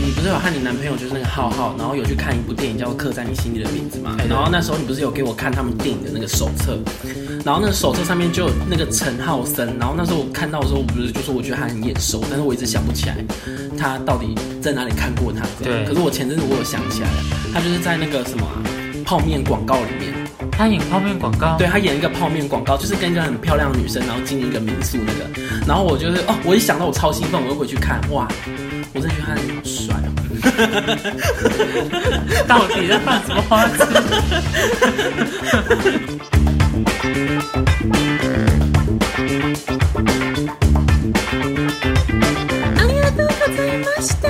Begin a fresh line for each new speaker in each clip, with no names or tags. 你不是有和你男朋友就是那个浩浩，然后有去看一部电影叫《刻在你心里的名字》嘛？哎然后那时候你不是有给我看他们电影的那个手册，然后那个手册上面就有那个陈浩森，然后那时候我看到的时候，我不是就说我觉得他很眼熟，但是我一直想不起来他到底在哪里看过他。这样
对
可是我前阵子我有想起来了，他就是在那个什么啊、泡面广告里面，
他演泡面广告，
对，他演一个泡面广告，就是跟一个很漂亮的女生，然后经营一个民宿那个。然后我就是哦，我一想到我超兴奋，我又回去看，哇，我真的觉得他很帅哦。
到底在放什么花痴？
ありがとうございました。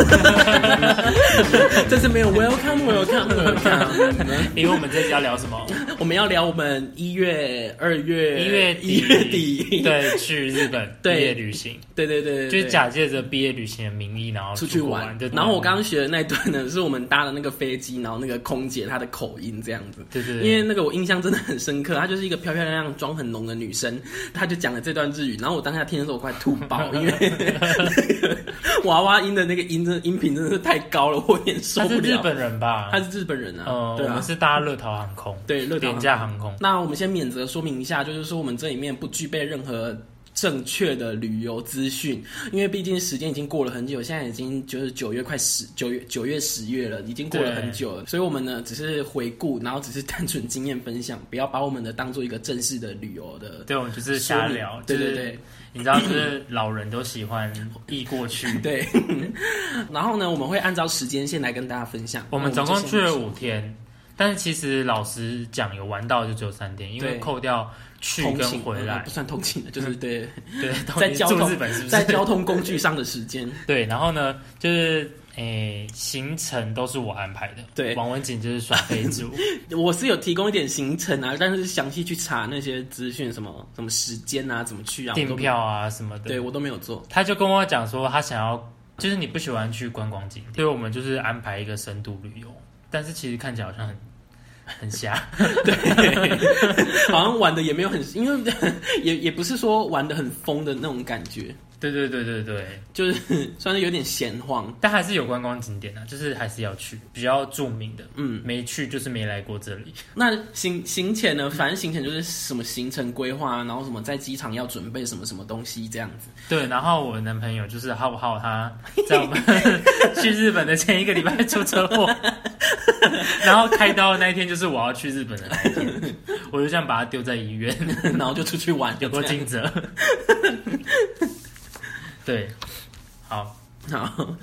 这是没有 welcome welcome welcome。
因为我们这集要聊什么？
我们要聊我们一月、二月、
一月 底
一月底，
对，去日本毕
对
业旅行，
对对对对，
就是
对
假借着毕业旅行的名义，然后
出去
去
玩
对。。
然后我刚刚学的那一段呢，是我们搭的那个飞机，然后那个空姐她的口音这样子。
对对对
因为那个我印象真的很深刻，她就是一个漂漂亮亮、妆很浓的女生，她就讲了这段日语，然后我当下听的时候我快吐爆，因为 那个娃娃音的那个音真的音频真的是太高了，我有点受
他
不
是日
了。
本人吧？
她是日本人啊，
呃，
对
我
啊
们。是搭乐桃航空，
对乐桃
廉价航空。
那我们先免责说明一下，就是说我们这里面不具备任何正确的旅游资讯，因为毕竟时间已经过了很久，现在已经就是九月快十九月九月十月了，已经过了
对
很久了，所以我们呢只是回顾，然后只是单纯经验分享，不要把我们的当做一个正式的旅游的。
对，我们就是瞎聊，
对对
就
对
是你知道，就是老人都喜欢译过去。
对， 然后呢，我们会按照时间线来跟大家分享。
我们
那
总
就
共
先
去了五
嗯
天，但是其实老实讲，有玩到就只有三天，因为
对
扣掉去
通
跟
勤
回
呃
来
不，算通勤的， 就是对，
对， 到底
在交
住
通
日本是不
在
是？
交通工具上的时间。
对，然后呢，就是诶、行程都是我安排的，
对
王文景就是耍飞 猪，
我是有提供一点行程啊，但是详细去查那些资讯，什么什么时间啊，怎么去啊，我
订
都
票啊什么的，
对我都没有做。
他就跟我讲说，他想要，就是你不喜欢去观光景点，所以我们就是安排一个深度旅游。但是其实看起来好像很很瞎，
好像玩的也没有很，因为 也也不是说玩的很疯的那种感觉，
对对对对对，
就是算是有点闲晃。
但还是有观光景点啊，就是还是要去比较著名的，
嗯，
没去就是没来过这里。
那行行前呢，反正行前就是什么行程规划啊，然后什么在机场要准备什么什么东西这样子。
对，然后我男朋友就是浩浩，他在 我们去日本的前一个礼拜出车祸， 然后开刀的那一天就是我要去日本的那一天，我就这样把他丢在医 院。
然后就出去玩，
有过
这样
惊蛰。 对，好，
好，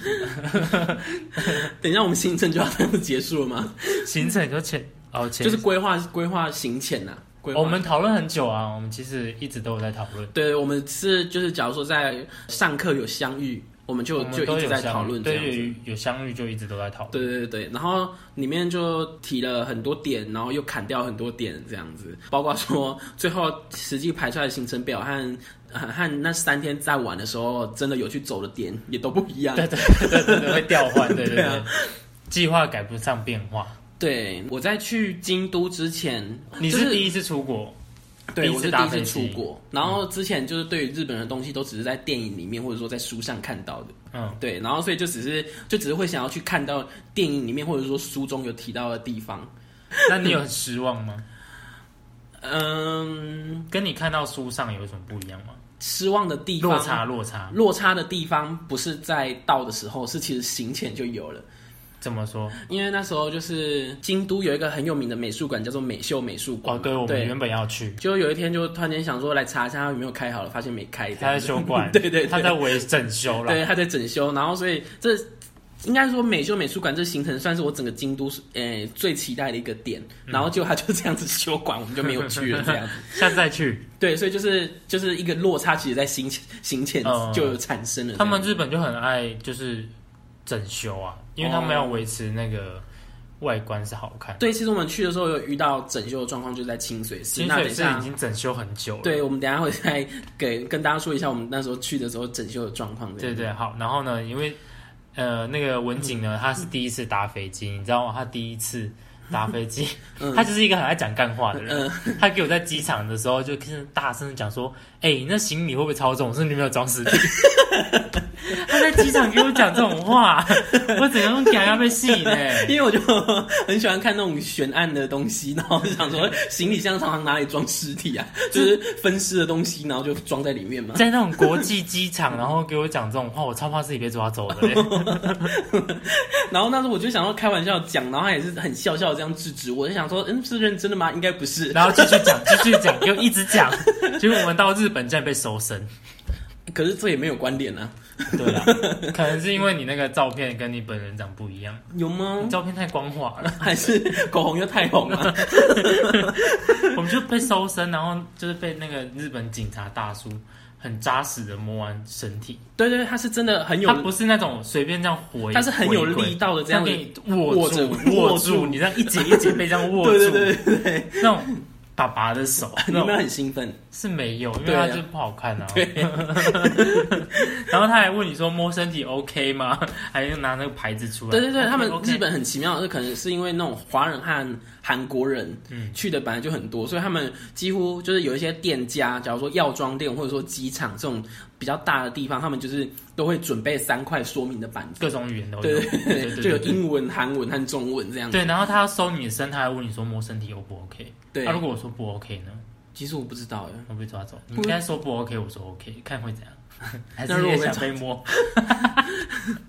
等一下我们行程就要 这样子结束了吗？
行程就前哦前
就是规划规划行前呐、规划
我们讨论很久啊，我们其实一直都有在讨论，
对，我们是就是，假如说在上课有相遇，我们就
我们
就
都
一直
有
在
相
讨论这样子。
对，有有相遇就一直都在讨论。
对对对对，然后里面就提了很多点，然后又砍掉很多点，这样子，包括说最后实际排出来的行程表和呃和那三天在玩的时候真的有去走的点也都不一样。
对对对对对，会调换，对 对
对
对
啊，
计划赶不上变化。
对，我在去京都之前，
你
就是
第一次出国，
对，
第一
我
次
是
搭
第一
飞
次出
机
国，然后之前就是对于日本的东西都只是在电影里面或者说在书上看到的，
嗯，
对，然后所以就只是就只是会想要去看到电影里面或者说书中有提到的地方，
那你有很失 望吗？
嗯，
跟你看到书上有什么不一样吗？
失望的地方
落差落差
落差的地方不是在到的时候，是其实行前就有了。
怎么说？
因为那时候就是京都有一个很有名的美术馆，叫做美秀美术馆
哦，
嘛。
对，我们原本要去，
就有一天就突然间想说来查一下它有没有开好了，发现没开。这
他在
样子，
修 馆
对对对
他在维整修了。
对，他在整修，然后所以这应该说美秀美术馆这行程算是我整个京都是诶、最期待的一个点，
嗯
然后就他就这样子修馆，我们就没有去了这 样子。
下次再去。
对，所以就是就是一个落差，其实在行前行前
嗯
就有产生了这样。
他
哦
们日本就很爱就是整修啊，因为他们要维持那个外观是好看。
对，其实我们去的时候有遇到整修的状况，就是在清水寺。
清
那等
水
一
寺
下
已，经整修很久了。
对我们等一下会再给跟大家说一下我们那时候去的时候整修的状况。
对对，好。然后呢，因为呃，那个文景呢，他是第一次搭飞机，你知道吗？他第一次搭飞机，他就是一个很爱讲干话的人。他给我在机场的时候就跟着大声地讲说：“哎、你那行李会不会超重？是你没有装尸体？”他在机场给我讲这种话，我整个用感要被吸引哎、
因为我就 很喜欢看那种悬案的东西，然后就想说行李箱常常哪里装尸体啊，就是分尸的东西，然后就装在里面嘛。
在那种国际机场，然后给我讲这种话，我超怕自己被抓走的、欸。
然后那时候我就想要开玩笑讲，然后他也是很笑笑地这样制止我，我就想说，嗯，是认真的吗？应该不是。
然后继续讲，继续讲，又一直讲，结果我们到日本竟然被搜身。
可是这也没有关联啊，
对啦，可能是因为你那个照片跟你本人长不一样，
有吗
你？照片太光滑了，
还是口红又太红了？
我们就被搜身，然后就是被那个日本警察大叔很扎实的摸完身体，
对对对，他是真的很有
他，不是那种随便这样回，
他是很有力道的这样子
他给你握住
握
握
住
住，
握住
你这样一节一节被这 样握住，
对对对对对，
那种爸爸的手，
你
那
有没有
种
很兴奋？
是没有，因为
对啊
他就不好看啊。
对，
然后他还问你说摸身体 OK 吗？ 还要拿那个牌子出来，
对对对，他们
OK，OK
日本很奇妙，这可能是因为那种华人和韩国人去的本来就很多，所以他们几乎就是有一些店家，假如说药妆店或者说机场这种比较大的地方，他们就是都会准备三块说明的板子，
各种语言都
哦
有，
对
对
对对，就有
对
英文、韩文和中文这样子。
对，然后他要搜你的身，他还问你说摸身体 O 不 OK？
对
那、如果我说不 OK 呢？
其实我不知道哎，
我被抓走。你
不
应该说不 OK，我说 OK，看会 怎样？还
那
是
如果
也
被
想
抓
被摸？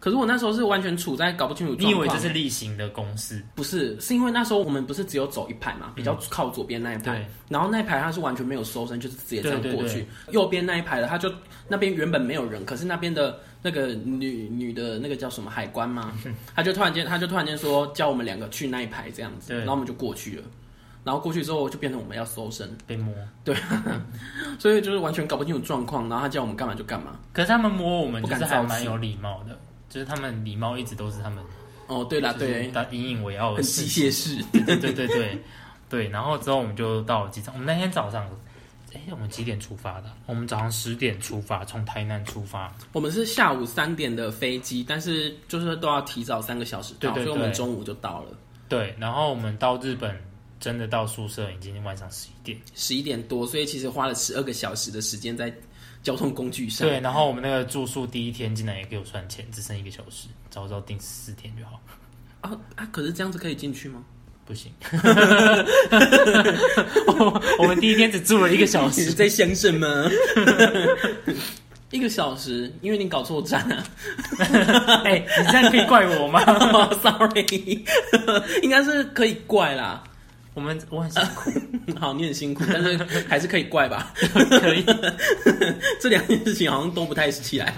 可是我那时候是完全处在搞不清楚状
你
况。
以为这是例行的公式？
不是，是因为那时候我们不是只有走一排嘛，比较靠左边那一排，
对
然后那一排它是完全没有搜身，就是直接这样
对对
过去。
对
右边那一排的，它就那边原本没有人，可是那边的那个女女的那个叫什么海关 吗？她就突然间，她就突然间说叫我们两个去那一排这样子，
对
然后我们就过去了。然后过去之后就变成我们要搜身，
被摸？
所以就是完全搞不清楚状况，然后他叫我们干嘛就干嘛。
可是他们摸我们
不
就
敢
是还
造
蛮
次
有礼貌的，就是他们礼貌一直都是他们
哦，对啦，对，，
引以为傲
很
的
机
事。
械式，
对 对对对对对。然后之后我们就到了机场，我们那天早上。哎，我们几点出发的？我们早上十点出发，从台南出发。
我们是下午三点的飞机，但是就是都要提早三个小时到，
对对
所以我们
对
中午就到了。
对，然后我们到日本，真的到宿舍已经晚上十一点。
十一点多，所以其实花了十二个小时的时间在交通工具上。
对，然后我们那个住宿第一天竟然也给我算钱，只剩一个小时，早知道订四天就好。
啊啊！可是这样子可以进去吗？
不行，我 我们第一天只住了一 个小
你是
时，
在想什么？ 一个小时，因为你搞错站啊
哎、你这样可以怪我吗？
，sorry，应 该是可以怪啦。
我们我很辛苦，
好，你很辛苦，但是还是可以怪吧。
可 以。
这两件事情好像都不太起来。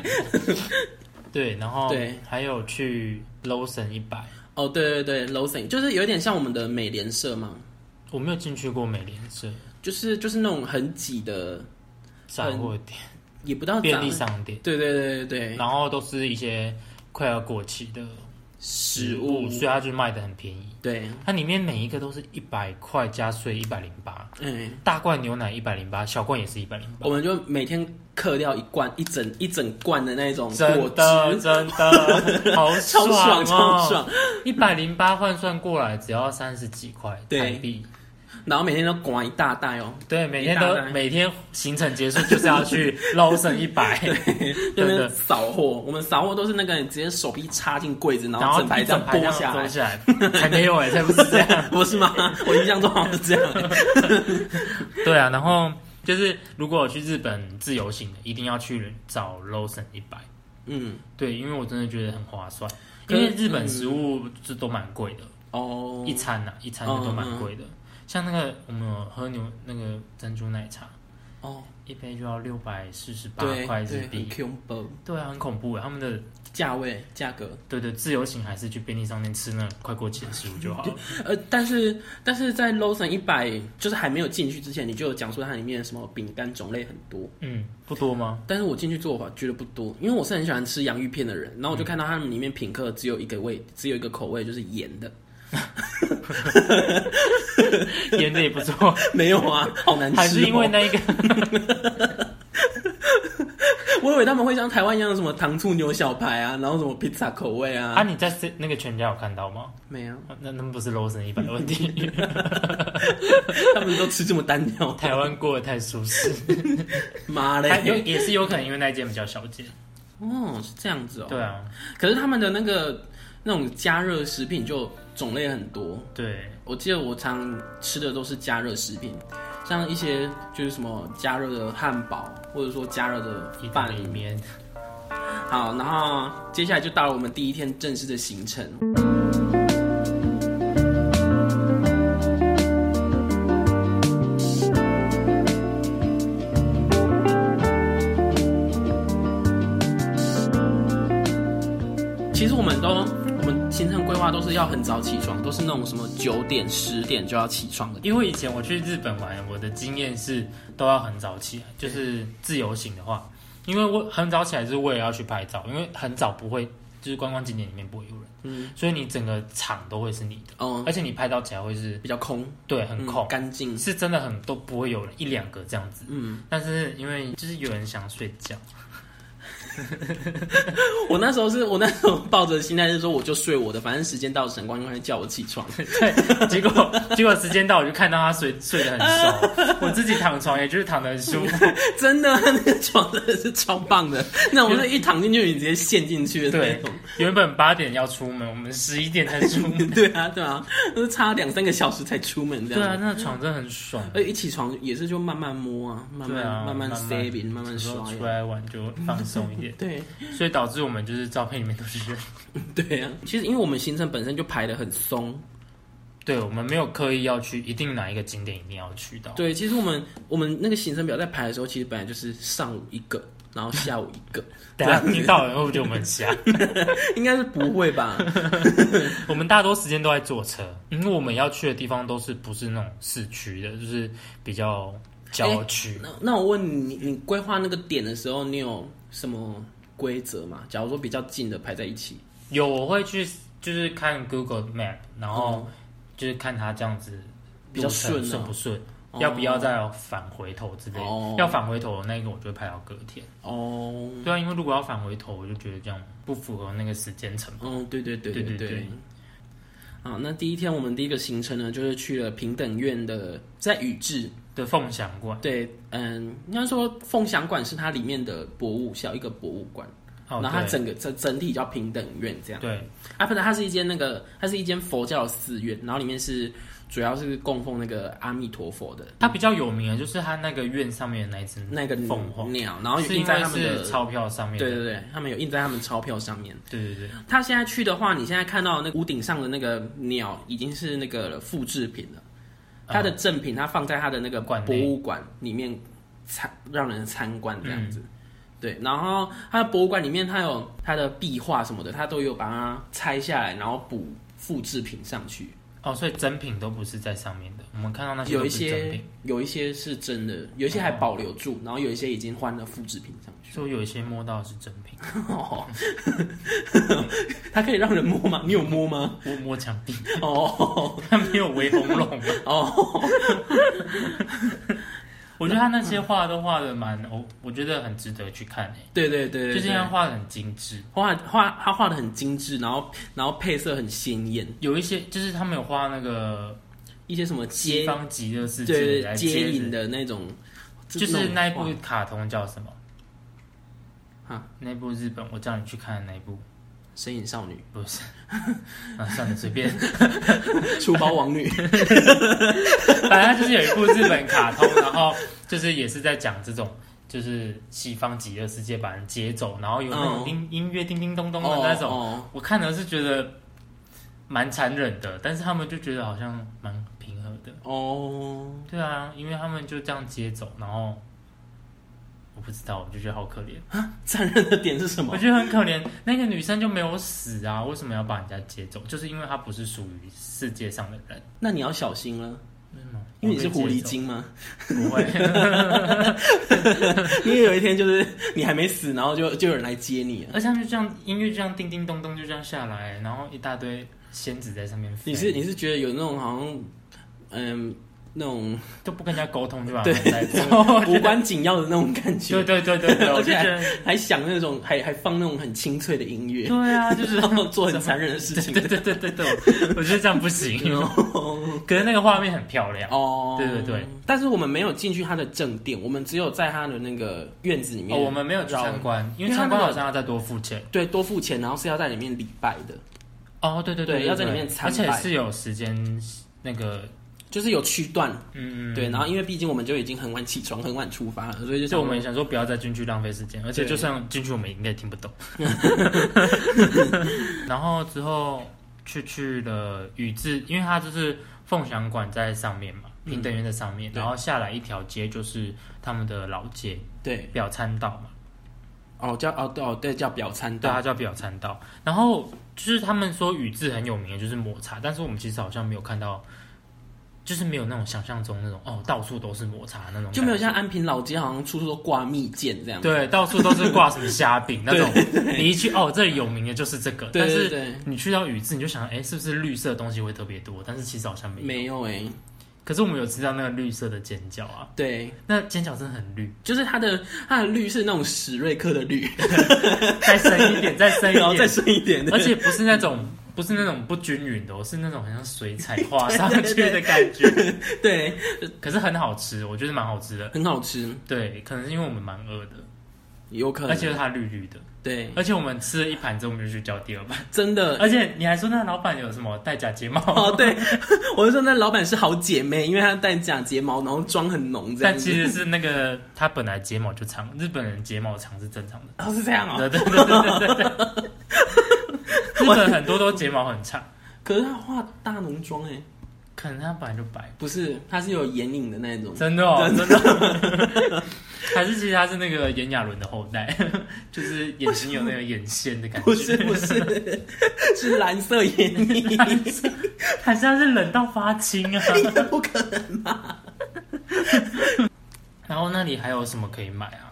对，然后
对
还有去 Lawson 一百，
哦，对对对 l o s i n 就是有点像我们的美联社嘛，
我没有进去过美联社
就是就是那种很挤的，
杂货店、
也不到
便利
杂
商店，
对对对对对，
然后都是一些快要过期的
食
物，所以它就卖的很便宜。
对，
它里面每一个都是一百块加税一百零八，
嗯。
大罐牛奶一百零八，小罐也是一百零八。
我们就每天嗑掉一罐一整一整罐的那种果
真的
汁，
真 的好
超爽
爽哦！
超爽。
一百零八换算过来只要三十几块
对
台币。
然后每天都刮一大袋哦，
对，每天
一
都
大袋
每天行程结束就是 要去捞剩一百，
就
真
是
的。
扫货。我们扫货都是那个你直接手臂插进柜子，然
然
后
后
整排
一
这样
整排这
剥
样
下
剥
来，
下来，才没有哎，才不是这样。
不是吗？我印象中好像是这样、
对啊，然后就是如果我去日本自由行的，一定要去找 l o s o n 一百。
嗯，
对，因为我真的觉得很划算，
可
因
是嗯
为日本食物就都蛮贵的。
哦嗯
一，餐呐、一餐就都蛮贵的。像那个我们有喝牛那个珍珠奶茶，
哦，
一杯就要六百四十八
对
块
对，
日
很
币，
恐怖，
对啊，很恐怖耶。他们的
价位价格。
对对自由行还是去便利商店吃那快过期的食物 就好了。
呃，但是但是在 l o s o n 一百就是还没有进去之前，你就有讲说它里面什么饼干种类很多。
嗯，不多吗？
但是我进去做法觉得不多，因为我是很喜欢
嗯
吃洋芋片的人，然后我就看到他们里面品客只有一个味，只有一个口味就是盐的，
演的也不 错，
没有啊，好难吃、哦。
还 是因为那一个
我以为他们会像台湾一样什么糖醋牛小排啊，然后什么披萨口味 啊。
啊？你在那个全家有看到吗？
没有，
那那不是 Rosen 一百的问题，
他们都吃这么单 调。
台湾过得太舒适，
妈
还有
嘞！
也是有可能因为那一间比较少见。
哦，是这样子哦。
对啊，
可是他们的那个那种加热食品就种类很多，
对，
我记得我常吃的都是加热食品，像一些就是什么加热的汉堡，或者说加热的
意大
饭
利面，
好，然后接下来就到了我们第一天正式的行程。其实我们都，我们行程规划都是要很早起床，都是那种什么九点、十点就要起床的。
因为以前我去日本玩，我的经验是都要很早起来，就是自由行的话，因为我很早起来是为了要去拍照，因为很早不会，就是观光景点里面不会有人，
嗯，
所以你整个场都会是你的，
哦，
而且你拍照起来会是
比较空，
对很空
嗯，干净。
是真的很都不会有人一两个这样子。
嗯，
但是因为就是有人想睡觉，
我那时候是我那时候抱着心态是说，我就睡我的，反正时间到神光应该会叫我起床。
对，结果结果时间到我就看到他睡睡得很熟，我自己躺床也就是躺得很舒服，
真的，那个床真的是超棒的，那我是一躺进去，你直接陷进去的那
对
种。，
原本八点要出门，我们十一点才出门。
对啊，对啊，都是差两三个小时才出门这
对啊，
样。
那床真的很爽。
而一起床也是就慢慢摸啊，慢
对
慢、
啊，
慢慢 saving，慢慢
有时候
刷
出
呀。，
来玩就放松一点
对
所以导致我们就是照片里面都是人。
对啊，其实因为我们行程本身就排的很松，
对，我们没有刻意要去一定哪一个景点一定要去到。
对，其实我们我们那个行程表在排的时候，其实本来就是上午一个，然后下午一个，
等一下听到人会不会觉得我们很瞎？
应该是不会吧？
我们大多时间都在坐车，因为我们要去的地方都是不是那种市区的，就是比较郊区。
那那我问你，你你规划那个点的时候，你有什么规则吗？假如说比较近的排在一起，
有我会去，就是看 Google Map，然后就是看它这样子
比较
路程
顺啊
哦顺不顺，
哦
要不要再返回头之类的。
哦
要返回头的那一个，我就会排到隔天。
哦，
对啊，因为如果要返回头，我就觉得这样不符合那个时间成本。
嗯，对对对
哦对
对
对对
对。好，那第一天我们第一个行程呢，就是去了平等院的，在宇治。
的凤翔馆
对，嗯，应该说凤翔馆是它里面的博物小一个博物馆，
哦，
然后它
对
整个整整体叫平等院这样。
对
啊，不是，它是一间那个，它是一间佛教的寺院，然后里面是主要是供奉那个阿弥陀佛的
它比较有名的就是它那个院上面的那一只
那个
凤凰，
鸟，然后
是
印
因
在
为
他们的
是钞票上面的。
对对对，他们有印在他们钞票上面。
对对对，
他现在去的话，你现在看到那个屋顶上的那个鸟已经是那个复制品了，它的正品它放在它的那个
馆
博
内
物馆里面参让人参观这样子。对，然后它的博物馆里面，它有它的壁画什么的，它都有把它拆下来，然后补复制品上去。
哦，所以真品都不是在上面的，我们看到那些都
有
不
一
是真
些
品，
有一些是真的，有一些还保留住，然后有一些已经换了复制品上去。
所以有一些摸到的是真品。
哦，它可以让人摸吗？你有摸吗？
摸摸墙壁，
哦
它 没有围红龙。
哦，
我觉得他那些画都画的蛮，我我觉得很值得去看诶、
对对对对，
就是
对
他画的很精致，
画画他画的很精致，然后然后配色很鲜艳，
有一些就是他们有画那个
一些什么
西
街
方极乐世
对
界
对
来
接
接
影
着，
的那种，
就是那一
种
部卡通叫什么？
啊，
那部日本，我叫你去看的那一部，
身影 少女、
不 是？啊，算了，随便。
出包王 女，
反正就是有一部日本卡通，然后就是也是在讲这种，就是西方极乐世界把人接走，然后有那种
嗯
音音乐叮叮咚咚的那种。
哦
我看的是觉得蛮残忍的，但是他们就觉得好像蛮平和的。
哦，
对啊，因为他们就这样接走，然后我不知道，我就觉得好可 怜。
残忍的点是什
我
么？
觉得很可怜，那个女生就没有死啊，为什么要把人家接走？就是因为她不是属于世界上的人。
那你要小心了，
为什么
因为你是狐狸，
我
精吗？
被接走不会。
你也有一天就是你还没死，然后就就有人来接你了。
而且他们就这样音乐就这样叮叮咚咚就这样下来，然后一大堆仙子在上面飞，
你是你是觉得有那种好像，嗯，那种
都不跟人家沟通就把
对
门带走
无关紧要的那种感觉，
对对对对对，我
而
就
且
觉得
还还想那种还还放那种很清脆的音乐，
对啊，就是
然后做很残忍的事情
对对对对对，我我觉得这样不行。可是那个画面很漂亮，
哦，
对对对，
但是我们没有进去他的正殿，我们只有在他的那个院子里面
哦，
绕，
我们没有去参观，因
因
为
为它
参观
那个
好像要再多付钱。
对多付钱，然后是要在里面礼拜的，
哦，对对
对要在里面参
而
拜
且是有时间那个，
就是有区段，
嗯，
对，然后因为毕竟我们就已经很晚起床，很晚出发了，所以就
就是
想
我们想说不要再进去浪费时间，而且
对
就算进去我们应该也听 不懂。然后之后去去了宇治，因为它就是凤翔馆在上面嘛，
嗯
平等院在上面，
对
然后下来一条街就是他们的老街
对
表参道嘛，
哦叫哦对哦对叫表参
对，啊它
道，
叫表参道。然后就是他们说宇治很有名的就是抹茶，但是我们其实好像没有看到。就是没有那种想象中那种哦，到处都是抹茶那种感觉，
就没有像安平老街好像处处都挂蜜饯这样，
对，到处都是挂什么虾饼那种。你一去哦，这里有名的就是这个，
对对
但是
对，
你去到宇治，你就想，哎，是不是绿色的东西会特别多？但是其实好像没有。
没有哎、
可是我们有吃到那个绿色的煎饺啊，
对，
那煎饺真的很绿，
就是它的它的绿是那种史瑞克的绿，
再深一点，再深 一
然后再
点，
深一点的，
而且不是那种。不是那种不均匀的哦、是那种很像 水彩画上去的感觉，
对，
可是很好吃，我觉得蛮好吃的。
很好吃，
对，可能是因为我们蛮饿的，
有可
而
能，
且它绿绿的，
对，
而且我们吃了一盘之后，我们就去叫第二盘。
真的。
而且你还说那老板有什么戴假睫毛？
哦，对， 我就说那老板是好姐妹，因为她戴假睫毛，然后妆很浓这样
但
子
其。实是那个他本来睫毛就长，日本人睫毛长是正常的。
哦，是这样哦。
对对对对对对对。日本很多都睫毛很长，
可是她化大浓妆哎，
可能他本来就白。
不是，她是有眼影的那 种。
真的哦，真的。还是其实他是那个炎亚纶的后代，就是眼睛有那个眼线的感觉。
不是不是， 是蓝色眼 影，
还是还是他是冷到发青 啊？
不可能。啊
然后那里还有什么可以买啊？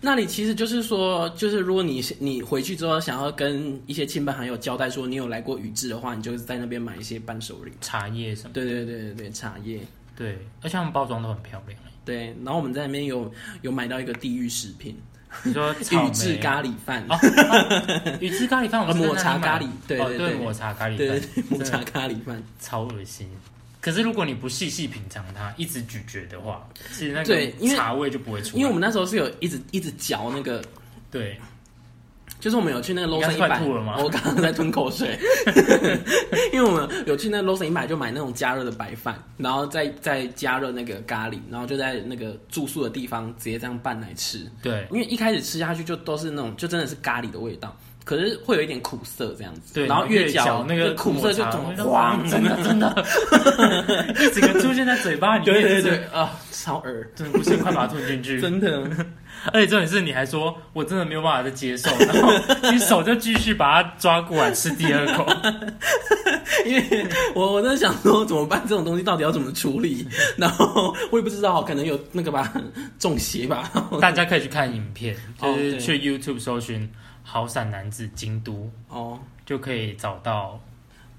那里其实就是说，就是如果你你回去之后想要跟一些亲朋好友交代说你有来过宇治的话，你就是在那边买一些伴手礼。
茶叶什么？
对对对对对，茶叶。
对，而且他们包装都很漂亮。欸
对，然后我们在那边有有买到一个地狱食品，
你说草 莓啊
宇治咖喱饭。
哦，宇治咖喱饭，我们是在
抹茶咖喱
那里买的
对
哦
对
对
对
抹茶咖喱
对对
饭，
对，抹茶咖喱饭。
超恶心。可是如果你不细细品尝它，一直咀嚼的话，其实那
对因
个
为
茶味就不会出来。
因为我们那时候是有一直一直嚼那个，
对，
就是我们有去那个
你
l o
刚
s
才
o 一
快
百，
吐了吗
我刚刚在吞口 水，因为我们有去那 l o s o 一百就买那种加热的白饭，然后再再加热那个咖喱，然后就在那个住宿的地方直接这样拌来吃。
对
因为一开始吃下去就都是那种，就真的是咖喱的味道，可是会有一点苦涩这样子。
对，
然后
越
嚼
那个
苦涩
抹
就
茶
怎么
味道
黄，
真的真的，一整个出现在嘴巴里
对
面，
对
就是
对，啊， 超 耳，
真的不行，快把它吞进去。
真的。
而且重点是，你还说我真的没有办法再接受，然后你手就继续把它抓过来吃第二口。
我我在想说怎么办，这种东西到底要怎么处理？然后我也不知道，可能有那个吧，中邪吧。
大家可以去看影片，
哦
就是去 YouTube 搜寻“好伞男子京都
哦，”，
就可以找到。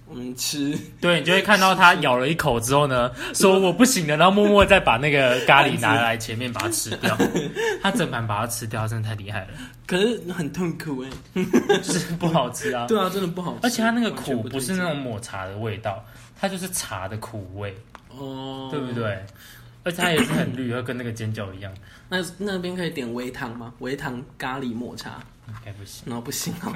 我们吃
对，你就会看到他咬了一口之 后呢，说我不行了，然后默默再把那个咖喱拿来前面把它吃 掉。他整盘把它吃掉，真的太厉害了，
可是很痛苦哎、
就是不好吃啊。
对啊，真的不好吃。
而且它那个苦
完全
不
推
是
荐
那种抹茶的味道，它就是茶的苦味，
哦，
对不？对？而且它也是很绿，会跟那个煎饺一样，
那那边可以点微糖吗？微糖咖喱抹茶，
应该不行。
然后不行哦。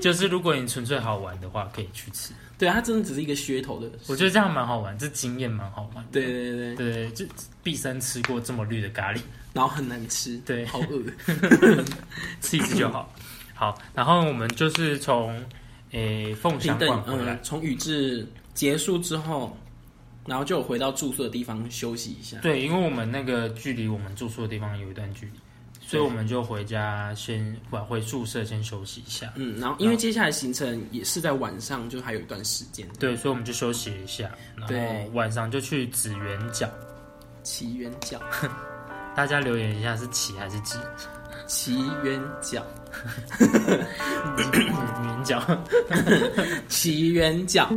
就是如果你纯粹好玩的话，可以去吃。
对，啊它真的只是一个噱头的。
我觉得这样蛮好玩，这经验蛮好玩的。
对对对，对
对，就毕生吃过这么绿的咖喱，
然后很难吃，
对
好饿。
吃一次就好。好，然后我们就是从诶凤
平
翔
等
馆，回来
嗯，，从宇治结束之后，然后就有回到住宿的地方休息一下。
对，因为我们那个距离我们住宿的地方有一段距离，所以我们就回家先晚回宿舍先休息一下。
嗯，然后因为接下来行程也是在晚上，就还有一段时间。
对，所以我们就休息一下，然
对
后晚上就去紫园角。
奇缘角，
大家留言一下是起还是几？
奇缘角，
紫园圆角，
奇缘角。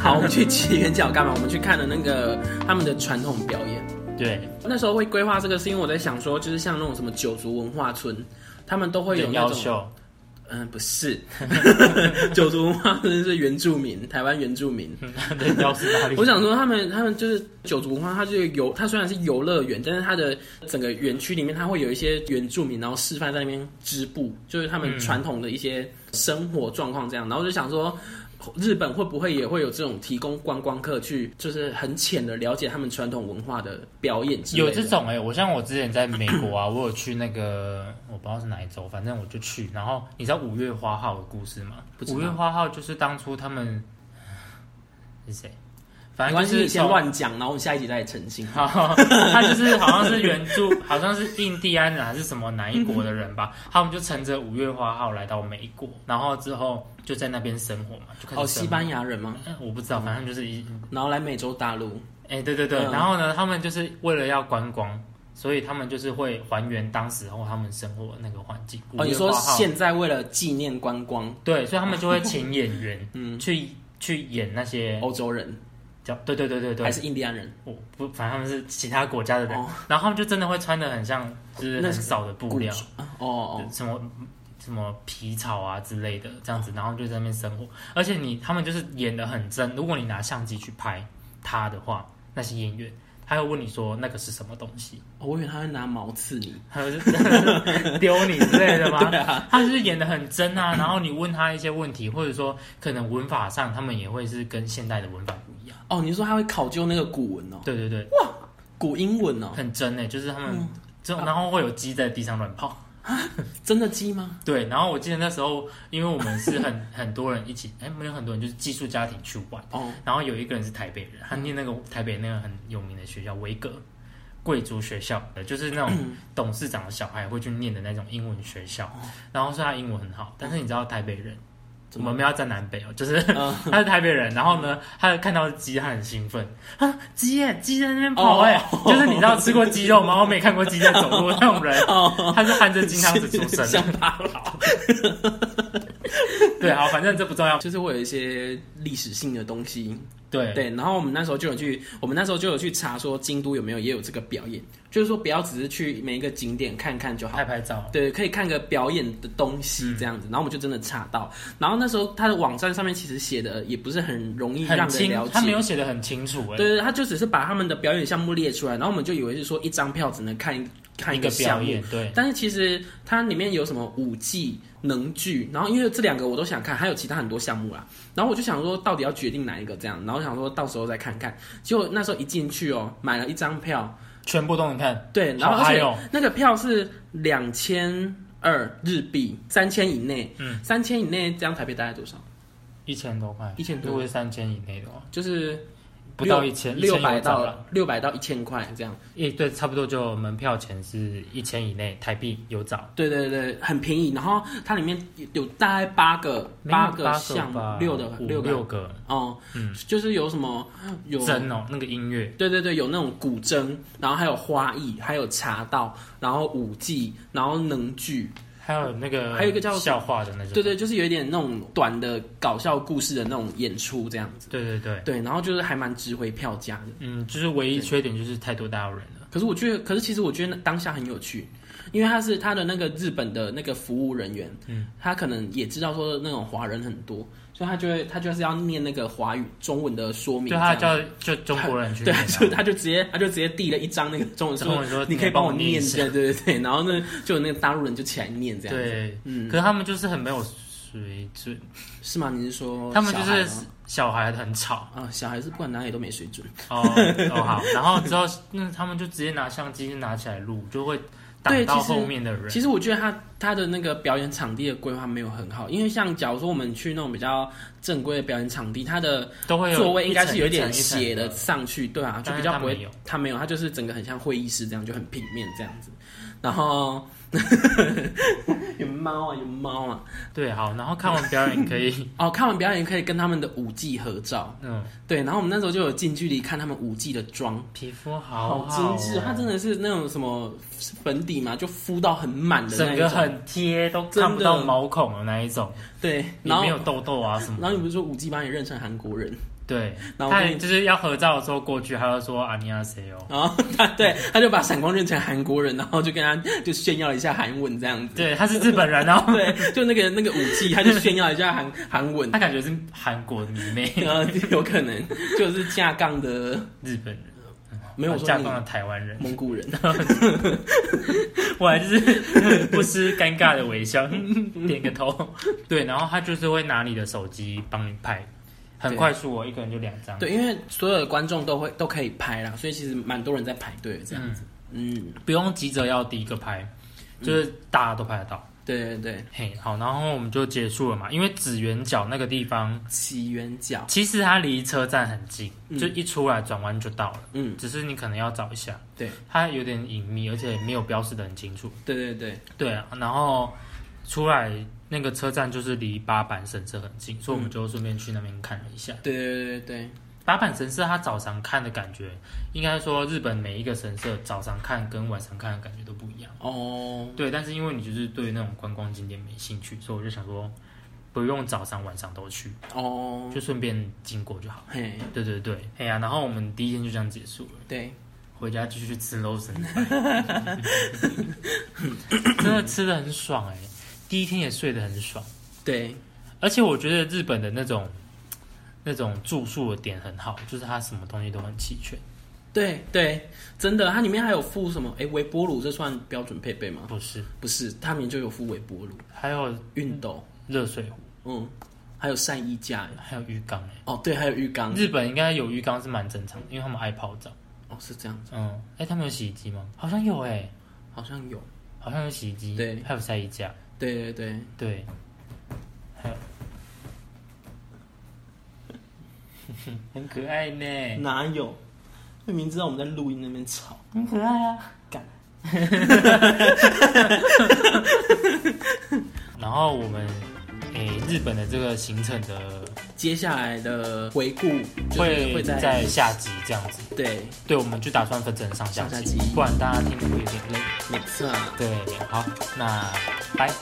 好，我们去奇缘角干嘛？我们去看了那个他们的传统表演。
对，
那时候会规划这个，是因为我在想说，就是像那种什么九族文化村，他们都会有
人
那
妖
种，
秀，
嗯、不是， 九族文化村是原住民，台湾原住民。
嗯人妖是哪里？
我想说，他们他们就是九族文化，它就是游，它虽然是游乐园，但是它的整个园区里面，它会有一些原住民，然后示范在那边织布，就是他们
嗯
传统的一些生活状况这样。然后我就想说，日本会不会也会有这种提供观光客去，就是很浅的了解他们传统文化的表演之类
有
的？
这种哎、我像我之前在美国啊，我有去那个我不知道是哪一州，反正我就去。然后你知道五月花号的故事吗
不？知道
五月花号就是当初他们呃是谁？
没
反正
关
就
系，
是
你先
从
乱讲，然后我们下一集再澄清。
好， 他就是好像是原住，好像是印第安人还是什么哪一国的人 吧，他们就乘着五月花号来到美国，然后之后就在那边生活嘛，就开
哦，
始生活
西班牙人吗？
嗯我不知道，反正就是一，
然后来美洲大陆，
哎、对对对，
嗯
然后呢，他们就是为了要观光，所以他们就是会还原当时候他们生活的那个环境。
哦，
五
你
月
说
花号
现在为了纪念观光
对，所以他们就会请演 员
嗯
去去演那些
欧洲人
叫对对对对
哦
对
还，是印第安人？
我不，反正他们是其他国家的人，
哦
然后他们就真的会穿的很像，就是
那
很
是
少的布料。
啊哦哦，
什么什么皮草啊之类的，这样子，然后就在那边生活。而且你他们就是演的很真，如果你拿相机去拍他的话，那些演员他会问你说那个是什么东西，
哦我以为他会拿毛刺你。啊
他就是 丢你之类的 吗？他就是演的很真啊。然后你问他一些问题，或者说可能文法上他们也会是跟现代的文法不一样。
哦，你说他会考究那个古文哦，
对嗯对对，
古英文哦，
很真诶、欸就是他们这种，然后会有鸡在地上乱跑。
真的鸡吗？
对，然后我记得那时候，因为我们是很 很多人一起，哎，没有很多人，就是寄宿家庭去玩。
哦，
然后有一个人是台北人，他念那个台北那个很有名的学校维格贵族学校，就是那种
嗯
董事长的小孩会去念的那种英文学校。
哦
然后说他英文很好，但是你知道台北人，
怎
我
么
们没有要站南北哦，就是
嗯
他是台北人，然后呢，他看到鸡，他很兴奋啊，鸡耶，鸡在那边跑
哦
哎、就是你知道吃过鸡肉吗？我没看过鸡在走路那种人，
哦
他是含着金汤匙 出生的。
乡巴佬，
对，好，反正这不重要。
就是会有一些历史性的东西。
对，
对，然后我们那时候就有去，我们那时候就有去查说京都有没有也有这个表演，就是说不要只是去每一个景点看看就好。
拍拍照。
对，可以看个表演的东
嗯
西这样子，然后我们就真的查到。然后那时候他的网站上面其实写的也不是很容易让
很
人
清
了，解，
他没有写的很清楚哎、
对对，他就只是把他们的表演项目列出来，然后我们就以为是说一张票只能看一看
一
个
个
项
表
目。
演，对，
但是其实它里面有什么舞技、能剧，然后因为这两个我都想看，还有其他很多项目啦。然后我就想说，到底要决定哪一个这样，然后想说到时候再看看。结果那时候一进去哦，买了一张票，
全部都能看，
对，然后
好
而
嗨
且
哦
那个票是两千二日币，三千以内，
嗯，
三千以内这样台币大概多少？
一千多块，
1000多
如果是三千以内的话，哦
就是
不到一千，
六百
了。
到六百到一千块这样。
诶，对，差不多就门票钱是一千以内台币有找，
对对对，很便宜。然后它里面有大概八个
没有
个项目
吧，
六的
五
六个
六嗯个
哦，就是有什么有
真哦，那个音乐
对对对，有那种古筝，然后还有花艺，还有茶道，然后舞技，然后能剧，
还有那个
还有一个叫
笑话的那种，
对对，就是有一点那种短的搞笑故事的那种演出这样子。
对对对，
对，然后就是还蛮值回票价的。
嗯，就是唯一缺点就是太多大有人了，
可是我觉得，可是其实我觉得当下很有趣，因为他是他的那个日本的那个服务人员，嗯，他可能也知道说那种华人很多，所以他就会他就是要念那个华语中文的说明
就
这
他
样，
叫就中国人 去
对
念，啊
就他就直接他就直接递了一张那个中文
中文说
你可以
你帮
我
我念一
念，
下
对对对对，然后呢就有那个大陆人就起来念这样，，
对，
嗯
可是他们就是很没有水准，
是吗？你是说
他们就
哦小孩
是
吗
小孩很吵。
啊、小孩是不管哪里都没水准，
哦哦 好，然后之后那他们就直接拿相机拿起来录，就会
对
挡到
其实
后面的人。
其实我觉得他他的那个表演场地的规划没有很好，因为像假如说我们去那种比较正规的表演场地，它的
都会有
座位应该是有
一层
点
一层一
斜
层
的
的。
上去，对啊，就比较不
但是他没
会
有。
他没有，他就是整个很像会议室这样，就很平面这样子。然后有猫啊，有猫啊。
对，好，然后看完表演可以，
哦，看完表演可以跟他们的舞技合照。
嗯，
对，然后我们那时候就有近距离看他们舞技的妆，
皮肤好
精致，它
它
真的是那种什么粉底嘛，就敷到很满的那
整
一
个
种。
很贴，都看不到毛孔的那一种，
对，
也
然后
没有痘痘啊什么
然
的。
后你不是说舞技把你认成韩国人，
对，
然后我
他
跟你
就是要合照的时候过去，他就说阿尼亚谁哦。
然后他对他就把闪光认成韩国人，然后就跟他就炫耀了一下韩文这 样子。
对，他是日本人，然哦后
对，就那个那个武器，他就炫耀一下韩韩文，
他感觉是韩国迷妹，
呃，有可能就是架杠的，
日本人，
没有说
嫁
你
妆的台湾人，
蒙古人，
我还就是 不失尴尬的微笑， 点个头。对，然后他就是会拿你的手机帮你拍，很
对
快速，哦我一个人就两张。
对，因为所有的观众都会都可以拍啦，所以其实蛮多人在排队的这样子，嗯，
不用急着要第一个拍，就是大家都拍得到。
对对对，
嘿，好，然后我们就结束了嘛，因为紫园角那个地方，
起源角，
其实它离车站很近，
嗯
就一出来转弯就到了，
嗯，
只是你可能要找一下，
对
它有点隐秘，而且没有标示的很清楚。
对对对，
对啊，然后出来那个车站就是离八坂神社很近，所以我们就顺便去那边看了一下。
对对对对
八坂神社它早上看的感觉，应该说日本每一个神社早上看跟晚上看的感觉都不一样。
哦，
对，但是因为你就是对那种观光景点没兴趣，所以我就想说，不用早上晚上都去，
哦，
就顺便经过就好。
嘿，
对对对，哎呀、然后我们第一天就这样结束了，
对，
回家继续去吃 lotion，真的吃的很爽哎、第一天也睡得很爽，
对，
而且我觉得日本的那种那种住宿的点很好，就是它什么东西都很齐全，
对对，真的，它里面还有附什么？哎，微波炉这算标准配备吗？
不是？
不是，它里面就有附微波炉、
还有
熨斗，
热水壶，
嗯，还有晒衣架，
还有浴缸哎、
哦，对，还有浴缸，
日本应该有浴缸是蛮正常的，因为他们爱泡澡。
哦，是这样，
嗯，哎、他们有洗衣机吗？好像有哎、
好像有，
好像有洗衣机，
对
还有晒衣架，
对对对，
对，还有， 很可爱呢，
哪有？明明知道我们在录音那边吵，
很可爱啊。
干，
然后我们，哎、日本的这个行程的
接下来的回顾就是
会
会在
在下集这样子，
对，
对，我们就打算分成上下
上下
集，
集
不然大家听得会有点累。
没错。
对，好，那拜。